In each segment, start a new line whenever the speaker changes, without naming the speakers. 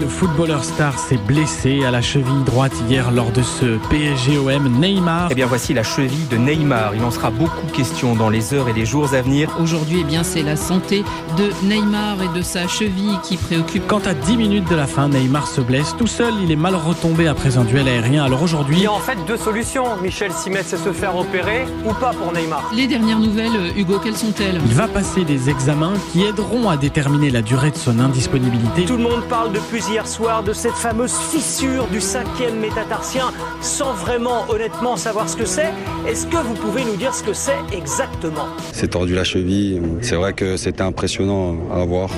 de footballeur star s'est blessé à la cheville droite hier lors de ce PSGOM Neymar.
Eh bien voici la cheville de Neymar. Il en sera beaucoup question dans les heures et les jours à venir.
Aujourd'hui, eh bien c'est la santé de Neymar et de sa cheville qui préoccupe.
Quant à 10 minutes de la fin, Neymar se blesse tout seul. Il est mal retombé après un duel aérien. Alors
Il
aujourd'hui,
y a en fait deux solutions, Michel Simet, c'est se faire opérer ou pas pour Neymar.
Les dernières nouvelles, euh, Hugo, quelles sont-elles
il va passer des examens qui aideront à déterminer la durée de son indisponibilité.
Tout le monde parle depuis hier soir de cette fameuse fissure du cinquième métatarsien sans vraiment honnêtement savoir ce que c'est. Est-ce que vous pouvez nous dire ce que c'est exactement
C'est tordu la cheville. C'est vrai que c'était impressionnant à voir.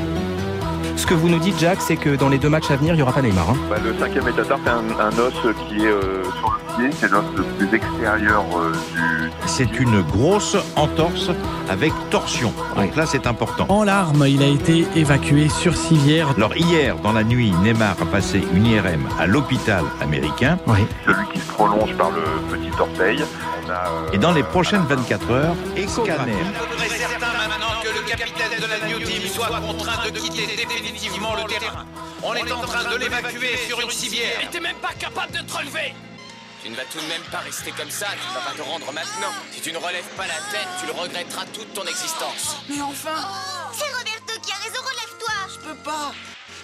Ce que vous nous dites, Jacques, c'est que dans les deux matchs à venir, il n'y aura pas Neymar. hein.
Bah, le cinquième métatarse, c'est un, un os qui est euh, sur le pied, c'est l'os le plus extérieur euh, du,
C'est une grosse entorse avec torsion. Donc là, c'est important.
En larmes, il a été évacué sur civière.
Alors hier, dans la nuit, Neymar a passé une IRM à l'hôpital américain.
celui qui se prolonge par le petit orteil. On a, euh,
Et dans les prochaines 24 heures, scanner.
Il est certain maintenant que le capitaine de la New Team soit contraint de quitter définitivement le terrain. On est en train de l'évacuer sur une civière. Il n'était même pas capable de te relever Tu ne vas tout de même pas rester comme ça, tu ne vas pas te rendre maintenant. Si tu ne relèves pas la tête, tu le regretteras toute ton existence.
Mais enfin,
Oh, C'est Roberto qui a raison, relève-toi
je peux pas.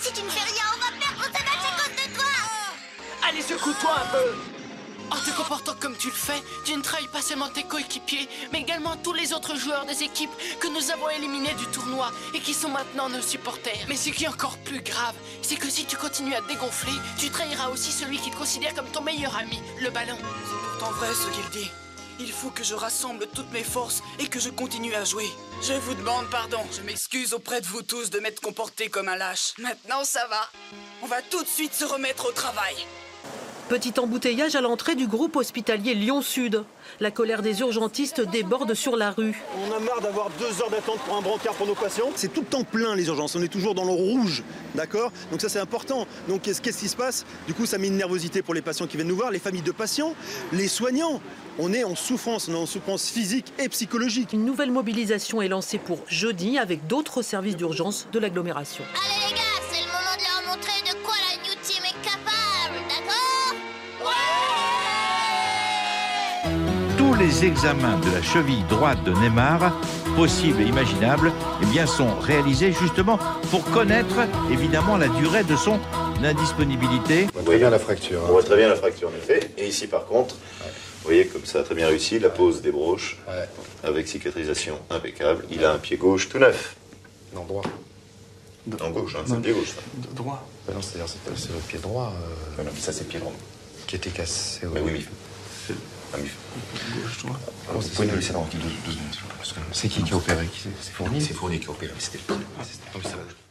Si tu ne fais rien, on va perdre ce match à cause de toi
Oh.
Allez, secoue-toi un peu
En te comportant comme tu le fais, tu ne trahis pas seulement tes coéquipiers, mais également tous les autres joueurs des équipes que nous avons éliminés du tournoi et qui sont maintenant nos supporters. Mais ce qui est encore plus grave, c'est que si tu continues à te dégonfler, tu trahiras aussi celui qui te considère comme ton meilleur ami, le ballon. C'est pourtant vrai ce qu'il dit. Il faut que je rassemble toutes mes forces et que je continue à jouer. Je vous demande pardon. Je m'excuse auprès de vous tous de m'être comporté comme un lâche. Maintenant, ça va. On va tout de suite se remettre au travail.
Petit embouteillage à l'entrée du groupe hospitalier Lyon-Sud. La colère des urgentistes déborde sur la rue.
On a marre d'avoir deux heures d'attente pour un brancard pour nos patients. C'est tout le temps plein les urgences, on est toujours dans le rouge, d'accord Donc ça c'est important. Donc qu'est-ce qu'est-ce qui se passe Du coup ça met une nervosité pour les patients qui viennent nous voir, les familles de patients, les soignants. On est en souffrance, on est en souffrance physique et psychologique.
Une nouvelle mobilisation est lancée pour jeudi avec d'autres services d'urgence de l'agglomération.
Allez les gars, c'est le moment de leur montrer de quoi la New Team est capable, d'accord
Tous les examens de la cheville droite de Neymar, possibles et imaginables, eh bien, sont réalisés justement pour connaître évidemment la durée de son indisponibilité.
On voit bien la fracture.
On voit très bien la fracture en effet. Et ici par contre, vous voyez comme ça, très bien réussi, la pose des broches, avec cicatrisation impeccable. Il a un pied gauche tout neuf.
Non droit.
En gauche, hein, c'est le pied gauche. ça.
Droit. non, c'est-à-dire c'est le pied droit
Non, non, ça c'est pied droit.
qui était cassé.
Mais oui, oui. Ah, mais- Vous pouvez nous laisser tranquille deux, deux secondes, s'il vous plaît, parce que-
C'est qui qui a opéré C'est
C'est Fournier qui a opéré, mais c'était le pied.
Ça